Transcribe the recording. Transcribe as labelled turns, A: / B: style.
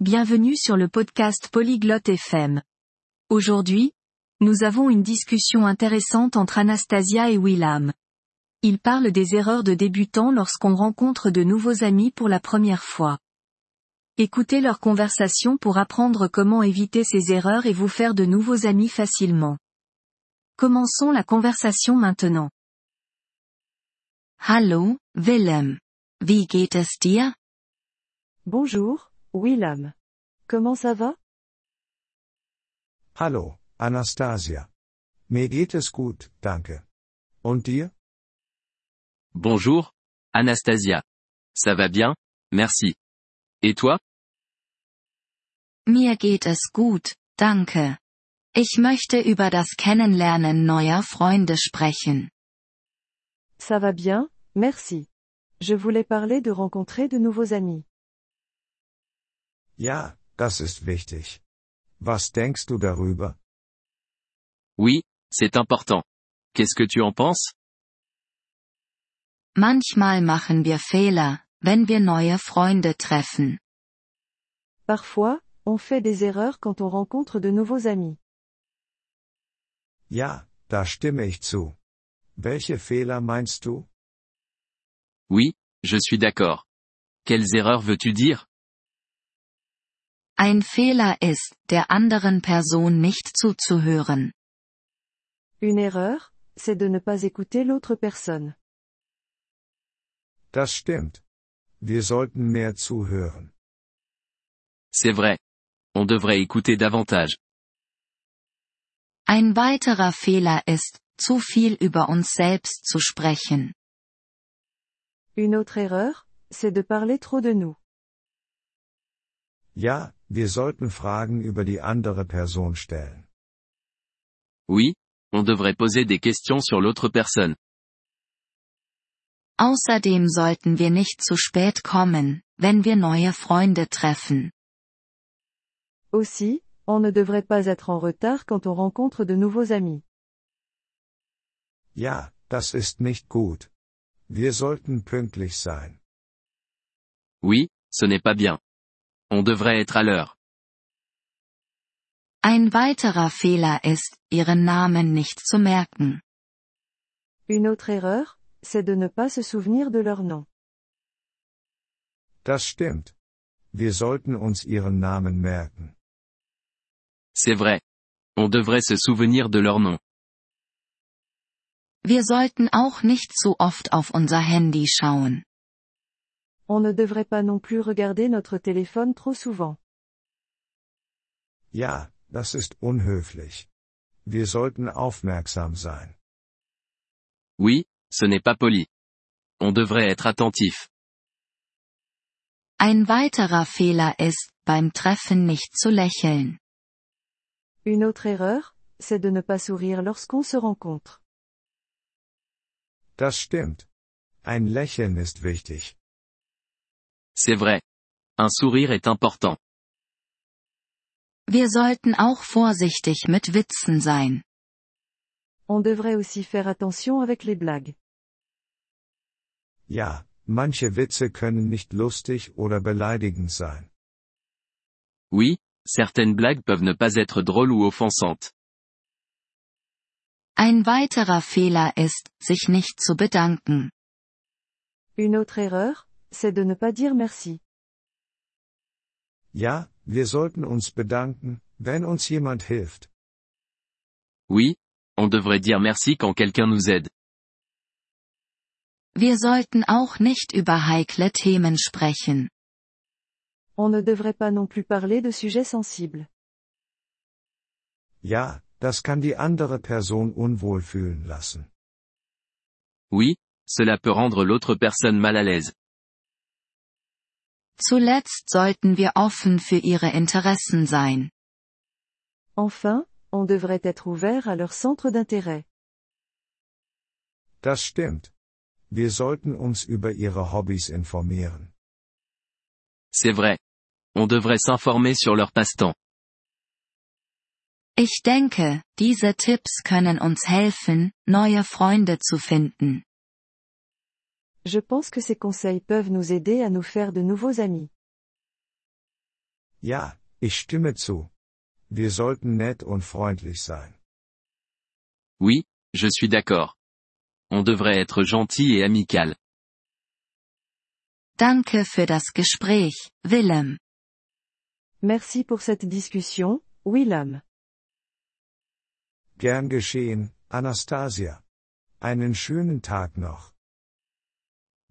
A: Bienvenue sur le podcast Polyglotte FM. Aujourd'hui, nous avons une discussion intéressante entre Anastasia et Willam. Ils parlent des erreurs de débutants lorsqu'on rencontre de nouveaux amis pour la première fois. Écoutez leur conversation pour apprendre comment éviter ces erreurs et vous faire de nouveaux amis facilement. Commençons la conversation maintenant. Hallo, Willem. Wie geht es dir?
B: Bonjour, Willam. Comment ça va
C: Hallo, Anastasia. Mir geht es gut, danke. Und dir?
D: Bonjour, Anastasia. Ça va bien, merci. Et toi
A: Mir geht es gut, danke. Ich möchte über das Kennenlernen neuer Freunde sprechen.
B: Ça va bien, merci. Je voulais parler de rencontrer de nouveaux amis.
C: Ja, das ist wichtig. Was denkst du darüber?
D: Oui, c'est important. Qu'est-ce que tu en penses
A: Manchmal machen wir Fehler, wenn wir neue Freunde treffen.
B: Parfois, on fait des erreurs quand on rencontre de nouveaux amis.
C: Ja, da stimme ich zu. Welche Fehler meinst du?
D: Oui, je suis d'accord. Quelles erreurs veux-tu dire
A: Ein Fehler ist, der anderen Person nicht zuzuhören.
B: Une erreur, c'est de ne pas écouter l'autre personne.
C: Das stimmt. Wir sollten mehr zuhören.
D: C'est vrai. On devrait écouter davantage.
A: Ein weiterer Fehler ist, zu viel über uns selbst zu sprechen.
B: Une autre erreur, c'est de parler trop de nous.
C: Ja, wir sollten Fragen über die andere Person stellen.
D: Oui, on devrait poser des questions sur l'autre personne.
A: Außerdem sollten wir nicht zu spät kommen, wenn wir neue Freunde treffen.
B: Aussi, on ne devrait pas être en retard quand on rencontre de nouveaux amis.
C: Ja, das ist nicht gut. Wir sollten pünktlich sein.
D: Oui, ce n'est pas bien. On devrait être à l'heure.
A: Ein weiterer Fehler ist, ihren Namen nicht zu merken.
B: Une autre erreur, c'est de ne pas se souvenir de leur nom.
C: Das stimmt. Wir sollten uns ihren Namen merken.
D: C'est vrai. On devrait se souvenir de leur nom.
A: Wir sollten auch nicht zu oft auf unser Handy schauen.
B: On ne devrait pas non plus regarder notre téléphone trop souvent.
C: Ja, das ist unhöflich. Wir sollten aufmerksam sein.
D: Oui, ce n'est pas poli. On devrait être attentif.
A: Ein weiterer Fehler ist, beim Treffen nicht zu lächeln.
B: Une autre erreur, c'est de ne pas sourire lorsqu'on se rencontre.
C: Das stimmt. Ein Lächeln ist wichtig.
D: C'est vrai. Un sourire est important.
A: Wir sollten auch vorsichtig mit Witzen sein.
B: On devrait aussi faire attention avec les blagues.
C: Ja, manche Witze können nicht lustig oder beleidigend sein.
D: Oui, certaines blagues peuvent ne pas être drôles ou offensantes.
A: Ein weiterer Fehler ist, sich nicht zu bedanken.
B: Une autre erreur, c'est de ne pas dire merci.
C: Ja, wir sollten uns bedanken, wenn uns jemand hilft.
D: Oui, on devrait dire merci quand quelqu'un nous aide.
A: Wir sollten auch nicht über heikle Themen sprechen.
B: On ne devrait pas non plus parler de sujets sensibles.
C: Ja, das kann die andere Person unwohl fühlen lassen.
D: Oui, cela peut rendre l'autre personne mal à l'aise.
A: Zuletzt sollten wir offen für ihre Interessen sein.
B: Enfin, on devrait être ouvert à leur centre d'intérêt.
C: Das stimmt. Wir sollten uns über ihre Hobbys informieren.
D: C'est vrai. On devrait s'informer sur leur passe-temps.
A: Ich denke, diese Tipps können uns helfen, neue Freunde zu finden.
B: Je pense que ces conseils peuvent nous aider à nous faire de nouveaux amis.
C: Ja, ich stimme zu. Wir sollten nett und freundlich sein.
D: Oui, je suis d'accord. On devrait être gentil et amical.
A: Danke für das Gespräch, Willem.
B: Merci pour cette discussion, Willem.
C: Gern geschehen, Anastasia. Einen schönen Tag noch.